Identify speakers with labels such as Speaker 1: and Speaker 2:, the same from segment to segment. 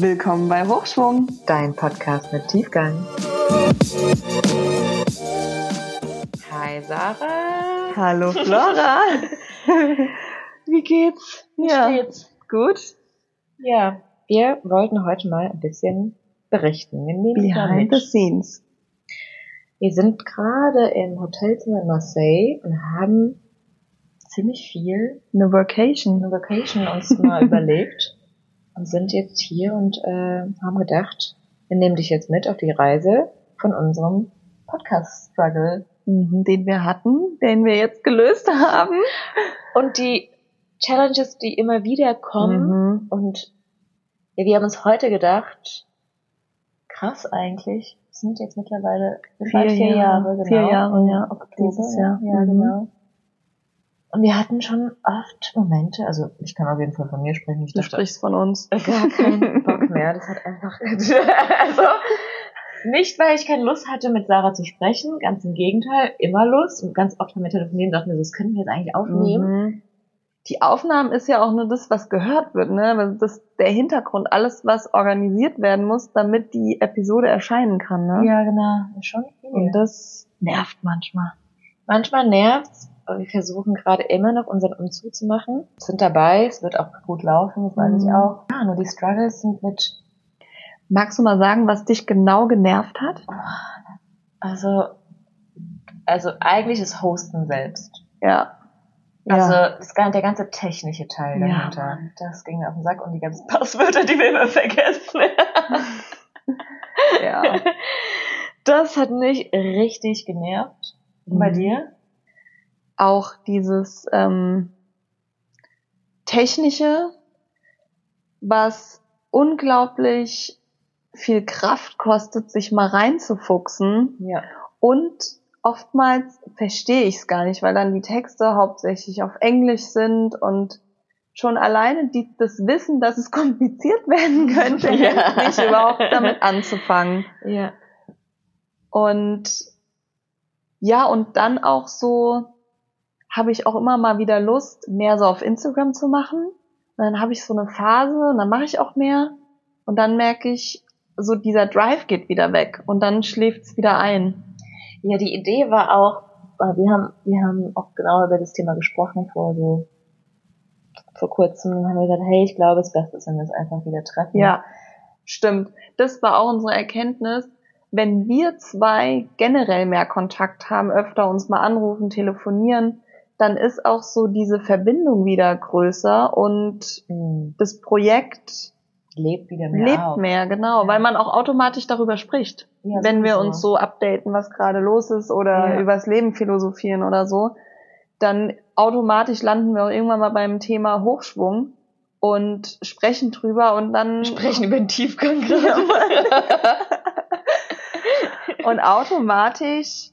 Speaker 1: willkommen bei Hochschwung,
Speaker 2: dein Podcast mit Tiefgang. Hi Sarah.
Speaker 1: Hallo Flora. Wie geht's?
Speaker 2: Wie steht's?
Speaker 1: Gut.
Speaker 2: Ja, wir wollten heute mal ein bisschen berichten. Wir nehmen es mal
Speaker 1: Behind
Speaker 2: mit.
Speaker 1: the scenes.
Speaker 2: Wir sind gerade im Hotelzimmer in Marseille und haben ziemlich viel
Speaker 1: Eine Vacation.
Speaker 2: eine Vacation uns mal überlegt und sind jetzt hier und äh, haben gedacht, wir nehmen dich jetzt mit auf die Reise von unserem Podcast-Struggle.
Speaker 1: Mhm, Den wir hatten, den wir jetzt gelöst haben.
Speaker 2: Und die Challenges, die immer wieder kommen,
Speaker 1: Mhm.
Speaker 2: Und ja, wir haben uns heute gedacht, krass eigentlich, es sind jetzt mittlerweile bald vier Jahre, genau.
Speaker 1: Vier Jahre, ja.
Speaker 2: Oktober,
Speaker 1: Dieses
Speaker 2: ja,
Speaker 1: Jahr.
Speaker 2: ja
Speaker 1: Mhm.
Speaker 2: genau. Und wir hatten schon oft Momente, also ich kann auf jeden Fall von mir sprechen, ich
Speaker 1: Du
Speaker 2: dachte,
Speaker 1: sprichst von uns.
Speaker 2: gar keinen Bock mehr, das hat einfach, also nicht, weil ich keine Lust hatte, mit Sarah zu sprechen, ganz im Gegenteil, immer Lust und ganz oft haben wir telefoniert und dachten, wir, das können wir jetzt eigentlich aufnehmen.
Speaker 1: Mhm. Die Aufnahmen ist ja auch nur das, was gehört wird, ne? Weil Das, der Hintergrund, alles, was organisiert werden muss, damit die Episode erscheinen kann, ne?
Speaker 2: Ja, genau, ist schon viel.
Speaker 1: Und das nervt manchmal.
Speaker 2: Manchmal nervt's, aber wir versuchen gerade immer noch unseren Umzug zu machen. Sind dabei, es wird auch gut laufen, das weiß ich
Speaker 1: Mhm.
Speaker 2: auch. Ja, nur die Struggles sind mit,
Speaker 1: Magst du mal sagen, was dich genau genervt hat?
Speaker 2: also, also eigentlich ist Hosten selbst.
Speaker 1: Ja. ja.
Speaker 2: Also das, gan- der ganze technische Teil
Speaker 1: Ja,
Speaker 2: dahinter. Das ging mir auf den Sack und die ganzen Passwörter, die wir immer vergessen.
Speaker 1: ja.
Speaker 2: Das hat mich richtig genervt. Und Bei
Speaker 1: Mhm.
Speaker 2: dir?
Speaker 1: Auch dieses ähm, technische, was unglaublich viel Kraft kostet, sich mal reinzufuchsen.
Speaker 2: Ja.
Speaker 1: Und oftmals verstehe ich es gar nicht, weil dann die Texte hauptsächlich auf Englisch sind und schon alleine die, das Wissen, dass es kompliziert werden könnte,
Speaker 2: Ja.
Speaker 1: hilft nicht überhaupt damit anzufangen.
Speaker 2: Ja.
Speaker 1: Und ja, und dann auch so habe ich auch immer mal wieder Lust, mehr so auf Instagram zu machen. Und dann habe ich so eine Phase und dann mache ich auch mehr. Und dann merke ich, so dieser Drive geht wieder weg und dann schläft's wieder ein.
Speaker 2: Ja, die Idee war auch, äh, wir haben, wir haben auch genau über das Thema gesprochen vor so, vor kurzem haben wir gesagt, hey, ich glaube, das Beste ist, wenn wir uns einfach wieder treffen.
Speaker 1: Ja, stimmt. Das war auch unsere Erkenntnis. Wenn wir zwei generell mehr Kontakt haben, öfter uns mal anrufen, telefonieren, dann ist auch so diese Verbindung wieder größer und
Speaker 2: Hm,
Speaker 1: das Projekt
Speaker 2: lebt wieder mehr
Speaker 1: lebt
Speaker 2: auf.
Speaker 1: mehr, genau,
Speaker 2: Ja.
Speaker 1: weil man auch automatisch darüber spricht.
Speaker 2: Ja,
Speaker 1: Wenn wir
Speaker 2: sowieso.
Speaker 1: uns so updaten, was gerade los ist oder
Speaker 2: Ja.
Speaker 1: übers Leben philosophieren oder so, dann automatisch landen wir auch irgendwann mal beim Thema Hochschwung und sprechen drüber und dann
Speaker 2: Wir sprechen über den Tiefgang gerade.
Speaker 1: Ja, Und automatisch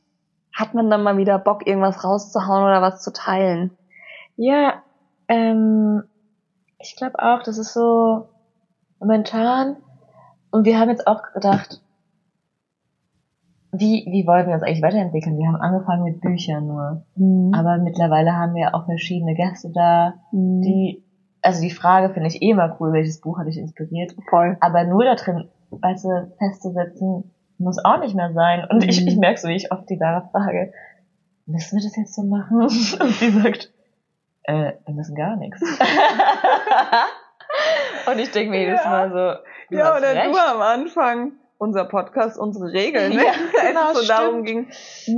Speaker 1: hat man dann mal wieder Bock, irgendwas rauszuhauen oder was zu teilen.
Speaker 2: Ja, ähm, ich glaube auch, das ist so momentan. Und wir haben jetzt auch gedacht, wie, wie wollen wir uns eigentlich weiterentwickeln? Wir haben angefangen mit Büchern nur.
Speaker 1: Aber
Speaker 2: Aber mittlerweile haben wir auch verschiedene Gäste da, die, also die Frage finde ich eh immer cool, welches Buch hat dich inspiriert.
Speaker 1: voll.
Speaker 2: Aber nur da drin, weißt du, festzusetzen, muss auch nicht mehr sein. Und ich,
Speaker 1: Mhm.
Speaker 2: ich merke so, wie ich oft die Sarah frage, müssen wir das jetzt so machen? Und sie sagt, äh, wir müssen gar nichts. Und ich denke mir jedes
Speaker 1: Ja.
Speaker 2: Mal so, du
Speaker 1: Ja,
Speaker 2: hast
Speaker 1: oder
Speaker 2: recht.
Speaker 1: du am Anfang, unser Podcast, unsere Regeln, ne?
Speaker 2: Ja, genau,
Speaker 1: als es so
Speaker 2: stimmt.
Speaker 1: darum ging,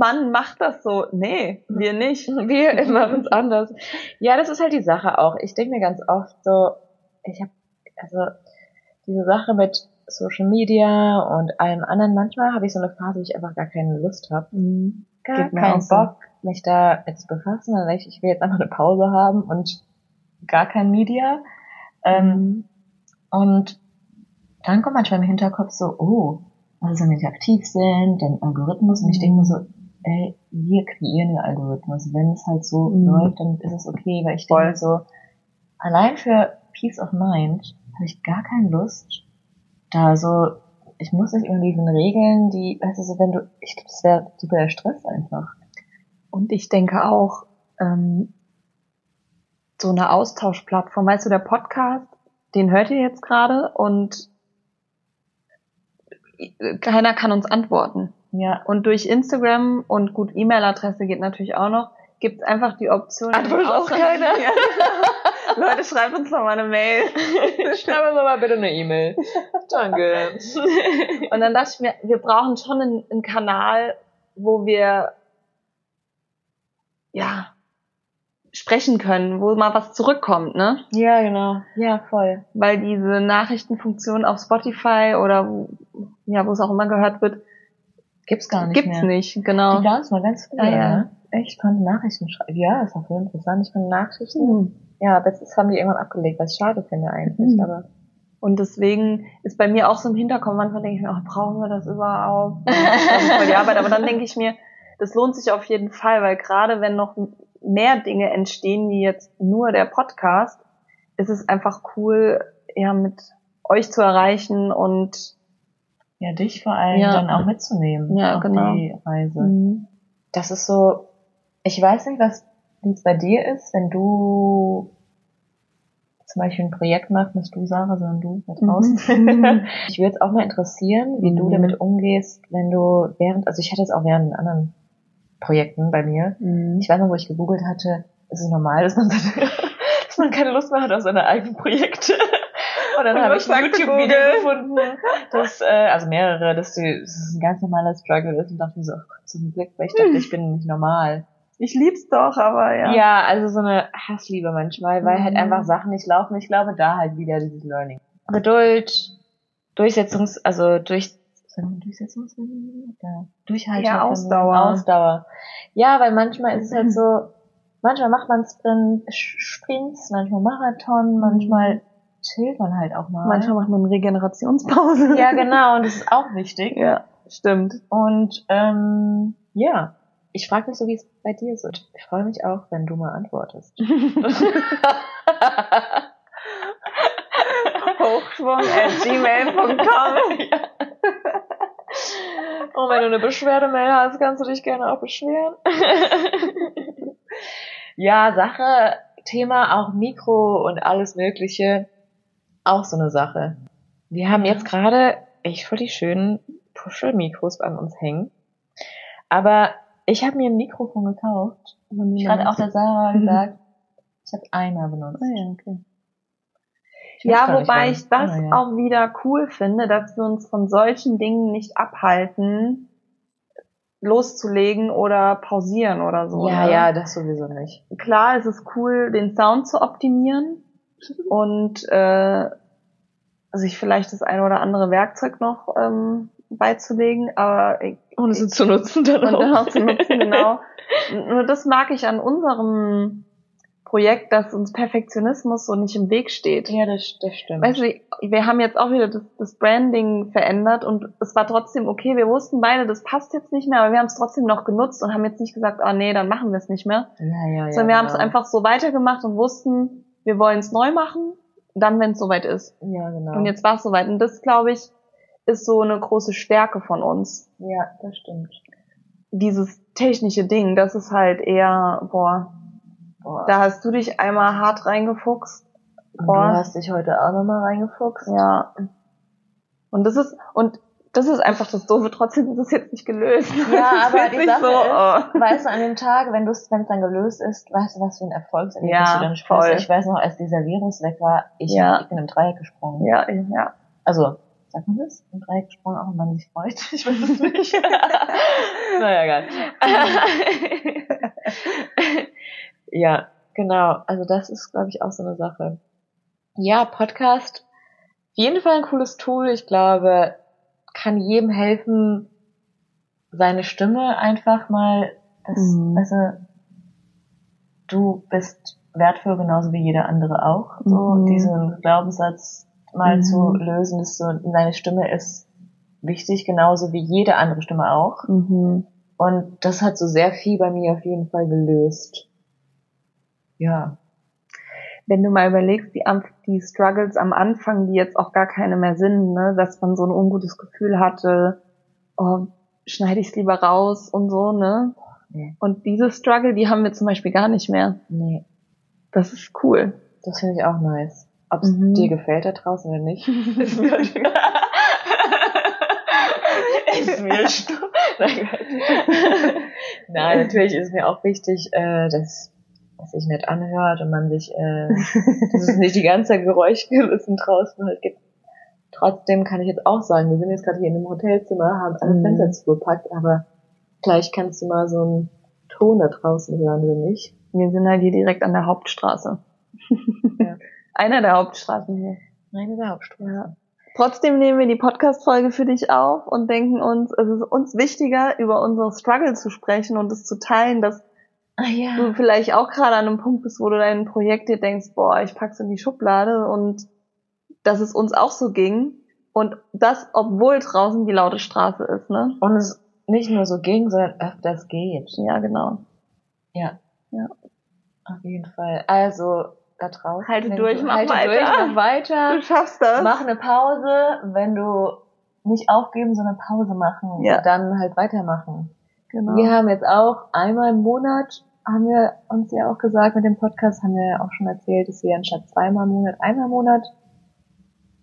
Speaker 1: Mann, macht das so. Nee, wir nicht.
Speaker 2: Wir machen es anders. Ja, das ist halt die Sache auch. Ich denke mir ganz oft so, ich habe also diese Sache mit Social Media und allem anderen. Manchmal habe ich so eine Phase, wo ich einfach gar keine Lust habe,
Speaker 1: Mhm.
Speaker 2: gar
Speaker 1: Geht mir auch
Speaker 2: keinen
Speaker 1: so.
Speaker 2: Bock, mich da jetzt zu befassen. Dann denke ich, ich will jetzt einfach eine Pause haben und gar kein Media. Ähm, Und dann kommt manchmal im Hinterkopf so, oh, was ist, wenn wir nicht aktiv sind, dann Algorithmus. Und ich denke mir so, ey, äh, wir kreieren den Algorithmus. Wenn es halt so
Speaker 1: Mhm.
Speaker 2: läuft, dann ist es okay, weil ich
Speaker 1: Voll.
Speaker 2: denke mir so, allein für Peace of Mind habe ich gar keine Lust, da so, ich muss nicht irgendwie diesen Regeln, die, weißt du, so, wenn du, ich glaube, das wäre super der Stress einfach.
Speaker 1: Und ich denke auch, ähm, so eine Austauschplattform, weißt du, der Podcast, den hört ihr jetzt gerade und keiner kann uns antworten.
Speaker 2: Ja.
Speaker 1: Und durch Instagram und gut E-Mail-Adresse geht natürlich auch noch, gibt's einfach die Option.
Speaker 2: Antwortet auch keiner.
Speaker 1: Ja. Leute, schreibt uns noch mal eine Mail.
Speaker 2: Schreib mir mal bitte eine E-Mail. Danke.
Speaker 1: Und dann dachte ich mir, wir brauchen schon einen, einen Kanal, wo wir ja sprechen können, wo mal was zurückkommt, ne?
Speaker 2: ja, genau. Ja, voll.
Speaker 1: Weil diese Nachrichtenfunktion auf Spotify oder wo- ja, wo es auch immer gehört wird,
Speaker 2: Gibt's gar nicht
Speaker 1: gibt's
Speaker 2: mehr.
Speaker 1: nicht, genau.
Speaker 2: Die gab es mal ganz früher.
Speaker 1: Ah, ja.
Speaker 2: ne? Echt, konnte Nachrichten schreiben. Ja, ist auch voll interessant. Ich konnte Nachrichten.
Speaker 1: Hm.
Speaker 2: Ja, aber jetzt haben die irgendwann abgelegt, was ich schade finde eigentlich.
Speaker 1: Mhm.
Speaker 2: Aber
Speaker 1: Und deswegen ist bei mir auch so im Hinterkopf, manchmal denke ich mir, ach, brauchen wir das überhaupt? Das ist voll die Arbeit. Aber dann denke ich mir, das lohnt sich auf jeden Fall, weil gerade wenn noch mehr Dinge entstehen, wie jetzt nur der Podcast, ist es einfach cool, ja, mit euch zu erreichen und
Speaker 2: ja, dich vor allem
Speaker 1: Ja.
Speaker 2: dann auch mitzunehmen
Speaker 1: Ja,
Speaker 2: auf
Speaker 1: genau.
Speaker 2: die Reise.
Speaker 1: Mhm.
Speaker 2: Das ist so, ich weiß nicht, was wie es bei dir ist, wenn du zum Beispiel ein Projekt machst, nicht du Sarah, sondern du da draußen.
Speaker 1: Mhm.
Speaker 2: ich würde es auch mal interessieren, wie du
Speaker 1: Mhm.
Speaker 2: damit umgehst, wenn du während, also ich hatte es auch während anderen Projekten bei mir,
Speaker 1: Mhm.
Speaker 2: ich weiß noch, wo ich gegoogelt hatte, ist es normal, dass man, seine, dass man keine Lust mehr hat auf seine eigenen Projekte. Und dann
Speaker 1: Und
Speaker 2: habe
Speaker 1: was
Speaker 2: ich ein
Speaker 1: sagte
Speaker 2: YouTube-Video gefunden, dass, äh, also mehrere, dass, die, dass es ein ganz normaler Struggle ist und dachte mir so, oh Gott, zum Glück, weil ich dachte, ich bin nicht normal.
Speaker 1: Ich lieb's doch, aber ja.
Speaker 2: Ja, also so eine Hassliebe manchmal, weil halt
Speaker 1: Mhm.
Speaker 2: einfach Sachen nicht laufen. Ich glaube, da halt wieder dieses Learning. Geduld, Durchsetzungs-, also durch, Durchsetzungs-, ja, Durchhaltung.
Speaker 1: Ja, Ausdauer. Mhm.
Speaker 2: Ausdauer. Ja, weil manchmal ist es halt so, manchmal macht man Sprint, Sch- Sprints, manchmal Marathon, manchmal chillt man halt auch mal.
Speaker 1: Mhm. Manchmal macht man eine Regenerationspause.
Speaker 2: Ja, genau, und das ist auch wichtig.
Speaker 1: Ja, stimmt.
Speaker 2: Und ähm, ja, ich frage mich so, wie es bei dir ist. Und ich freue mich auch, wenn du mal antwortest.
Speaker 1: Hochschwung at gmail.com.
Speaker 2: Und Oh, wenn du eine Beschwerdemail hast, kannst du dich gerne auch beschweren. ja, Sache, Thema auch Mikro und alles Mögliche. Auch so eine Sache. Wir haben jetzt gerade echt voll die schönen Puschel-Mikros an uns hängen. Aber ich habe mir ein Mikrofon gekauft. Ich hatte auch Ah der Sarah gesagt,
Speaker 1: Mhm.
Speaker 2: ich habe einmal benutzt.
Speaker 1: Ah
Speaker 2: Ich weiß
Speaker 1: Ja,
Speaker 2: gar nicht,
Speaker 1: wobei
Speaker 2: warum.
Speaker 1: ich das
Speaker 2: Ah, ja.
Speaker 1: auch wieder cool finde, dass wir uns von solchen Dingen nicht abhalten, loszulegen oder pausieren oder so.
Speaker 2: Ja,
Speaker 1: ne?
Speaker 2: ja, das sowieso nicht.
Speaker 1: Klar, es ist cool, den Sound zu optimieren und äh, sich vielleicht das eine oder andere Werkzeug noch ähm, beizulegen, aber ich-
Speaker 2: Und es zu nutzen dann
Speaker 1: und dann auch zu nutzen, genau. Nur das mag ich an unserem Projekt, dass uns Perfektionismus so nicht im Weg steht.
Speaker 2: Ja, das, das stimmt.
Speaker 1: Weißt du, wir haben jetzt auch wieder das, das Branding verändert und es war trotzdem okay. Wir wussten beide, das passt jetzt nicht mehr, aber wir haben es trotzdem noch genutzt und haben jetzt nicht gesagt, ah nee, dann machen wir es nicht mehr.
Speaker 2: ja, ja, ja.
Speaker 1: Sondern wir haben es
Speaker 2: genau.
Speaker 1: einfach so weitergemacht und wussten, wir wollen es neu machen, dann wenn es soweit ist.
Speaker 2: Ja, genau.
Speaker 1: Und jetzt war es soweit. Und das, glaube ich, ist so eine große Stärke von uns.
Speaker 2: ja, das stimmt.
Speaker 1: Dieses technische Ding, das ist halt eher, boah,
Speaker 2: Boah.
Speaker 1: da hast du dich einmal hart reingefuchst.
Speaker 2: Und
Speaker 1: boah.
Speaker 2: Du hast dich heute auch nochmal reingefuchst.
Speaker 1: Ja. Und das ist, und das ist einfach das Doofe, trotzdem ist es jetzt nicht gelöst.
Speaker 2: Ja,
Speaker 1: Es ist
Speaker 2: aber die
Speaker 1: nicht
Speaker 2: Sache
Speaker 1: so, oh.
Speaker 2: Weißt du, an dem Tag, wenn du es dann gelöst ist, weißt du, was für ein Erfolgserlebnis
Speaker 1: Ja,
Speaker 2: du dann spürst.
Speaker 1: voll.
Speaker 2: Ich weiß noch, als dieser Virus weg war, ich
Speaker 1: Ja.
Speaker 2: bin im Dreieck gesprungen.
Speaker 1: oh. Ja, ja.
Speaker 2: Also, sagt man das? Im Dreieck gesprungen, auch wenn man sich freut. Ich weiß es nicht. naja, geil. ja, genau. Also das ist, glaube ich, auch so eine Sache. Ja, Podcast. Auf jeden Fall ein cooles Tool. Ich glaube, kann jedem helfen, seine Stimme einfach mal, das,
Speaker 1: Mhm.
Speaker 2: weißt du, du bist wertvoll genauso wie jeder andere auch. So
Speaker 1: Mhm.
Speaker 2: diesen Glaubenssatz mal
Speaker 1: Mhm.
Speaker 2: zu lösen, dass so deine Stimme ist wichtig, genauso wie jede andere Stimme auch.
Speaker 1: Mhm.
Speaker 2: Und das hat so sehr viel bei mir auf jeden Fall gelöst. Ja.
Speaker 1: Wenn du mal überlegst, die, am- die Struggles am Anfang, die jetzt auch gar keine mehr sind, ne, dass man so ein ungutes Gefühl hatte, oh, schneide ich es lieber raus und so, ne?
Speaker 2: nee.
Speaker 1: Und diese Struggle, die haben wir zum Beispiel gar nicht mehr.
Speaker 2: Nee,
Speaker 1: Das ist cool.
Speaker 2: das finde ich auch nice. Ob es
Speaker 1: Mhm.
Speaker 2: dir gefällt da draußen oder nicht, ist mir halt egal. ist mir stumm. Nein, Quatsch. Nein, natürlich ist mir auch wichtig, äh, dass dass sich nicht anhört und man sich, äh, dass es nicht die ganze Geräuschgewissen draußen halt gibt. Trotzdem kann ich jetzt auch sagen, wir sind jetzt gerade hier in einem Hotelzimmer, haben alle
Speaker 1: Mhm.
Speaker 2: Fenster zugepackt, aber vielleicht kannst du mal so einen Ton da draußen hören, oder nicht?
Speaker 1: Wir sind halt hier direkt an der Hauptstraße.
Speaker 2: Ja.
Speaker 1: Einer der Hauptstraßen hier.
Speaker 2: Nein, der Hauptstraße.
Speaker 1: Ja. Trotzdem nehmen wir die Podcast-Folge für dich auf und denken uns, es ist uns wichtiger, über unsere Struggle zu sprechen und es zu teilen, dass
Speaker 2: Ah
Speaker 1: du
Speaker 2: ja.
Speaker 1: vielleicht auch gerade an einem Punkt bist, wo du dein Projekt dir denkst, boah, ich pack's in die Schublade und dass es uns auch so ging. Und das, obwohl draußen die laute Straße ist, ne?
Speaker 2: Und es nicht nur so ging, sondern öfters geht.
Speaker 1: Ja, genau.
Speaker 2: Ja.
Speaker 1: Ja.
Speaker 2: Auf jeden Fall. Also, da draußen.
Speaker 1: Halte
Speaker 2: wenn
Speaker 1: durch,
Speaker 2: du,
Speaker 1: mach
Speaker 2: halte
Speaker 1: weiter.
Speaker 2: durch, mach weiter.
Speaker 1: Du schaffst das.
Speaker 2: Mach eine Pause, wenn du nicht aufgeben, sondern Pause machen
Speaker 1: Ja.
Speaker 2: und dann halt weitermachen.
Speaker 1: Genau.
Speaker 2: Wir haben jetzt auch einmal im Monat, haben wir uns ja auch gesagt mit dem Podcast, haben wir ja auch schon erzählt, dass wir anstatt zweimal im Monat, einmal im Monat.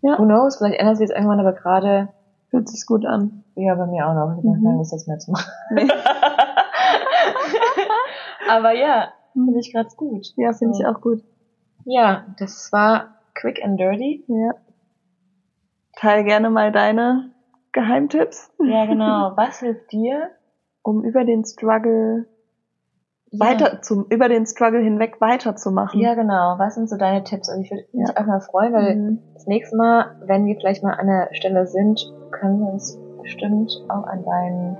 Speaker 1: Ja.
Speaker 2: Who knows, vielleicht ändert sich das irgendwann, aber gerade,
Speaker 1: Fühlt sich gut an.
Speaker 2: ja, bei mir auch noch. Ich habe
Speaker 1: Mhm.
Speaker 2: keine Lust, das mehr zu machen.
Speaker 1: Nee.
Speaker 2: aber ja, finde ich gerade gut.
Speaker 1: Ja, finde ich auch gut.
Speaker 2: Ja, das war quick and dirty.
Speaker 1: Ja. Teil gerne mal deine Geheimtipps,
Speaker 2: Ja, genau. Was hilft dir?
Speaker 1: um über den Struggle
Speaker 2: Ja.
Speaker 1: weiter zum, über den Struggle hinweg weiterzumachen.
Speaker 2: Ja, genau. Was sind so deine Tipps? Also ich würde mich
Speaker 1: Ja.
Speaker 2: auch mal freuen, weil
Speaker 1: Mhm.
Speaker 2: das nächste Mal, wenn wir vielleicht mal an der Stelle sind, können wir uns bestimmt auch an deinen,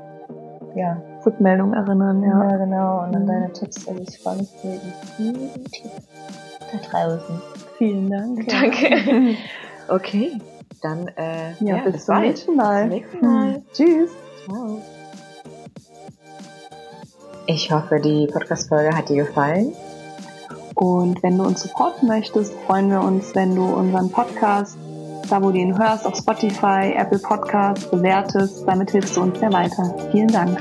Speaker 2: ja,
Speaker 1: Rückmeldung erinnern, ja.
Speaker 2: genau, und an
Speaker 1: Mhm.
Speaker 2: deine Tipps. Also ich freue mich zu diesen Tipps da draußen.
Speaker 1: Vielen Dank.
Speaker 2: Danke. Okay, dann äh,
Speaker 1: Ja, bis zum
Speaker 2: bald.
Speaker 1: nächsten Mal. Mhm.
Speaker 2: Bis zum nächsten Mal.
Speaker 1: Tschüss.
Speaker 2: Ciao. Ich hoffe, die Podcast-Folge hat dir gefallen.
Speaker 1: Und wenn du uns supporten möchtest, freuen wir uns, wenn du unseren Podcast, da wo du ihn hörst, auf Spotify, Apple Podcasts, bewertest. Damit hilfst du uns sehr weiter. Vielen Dank.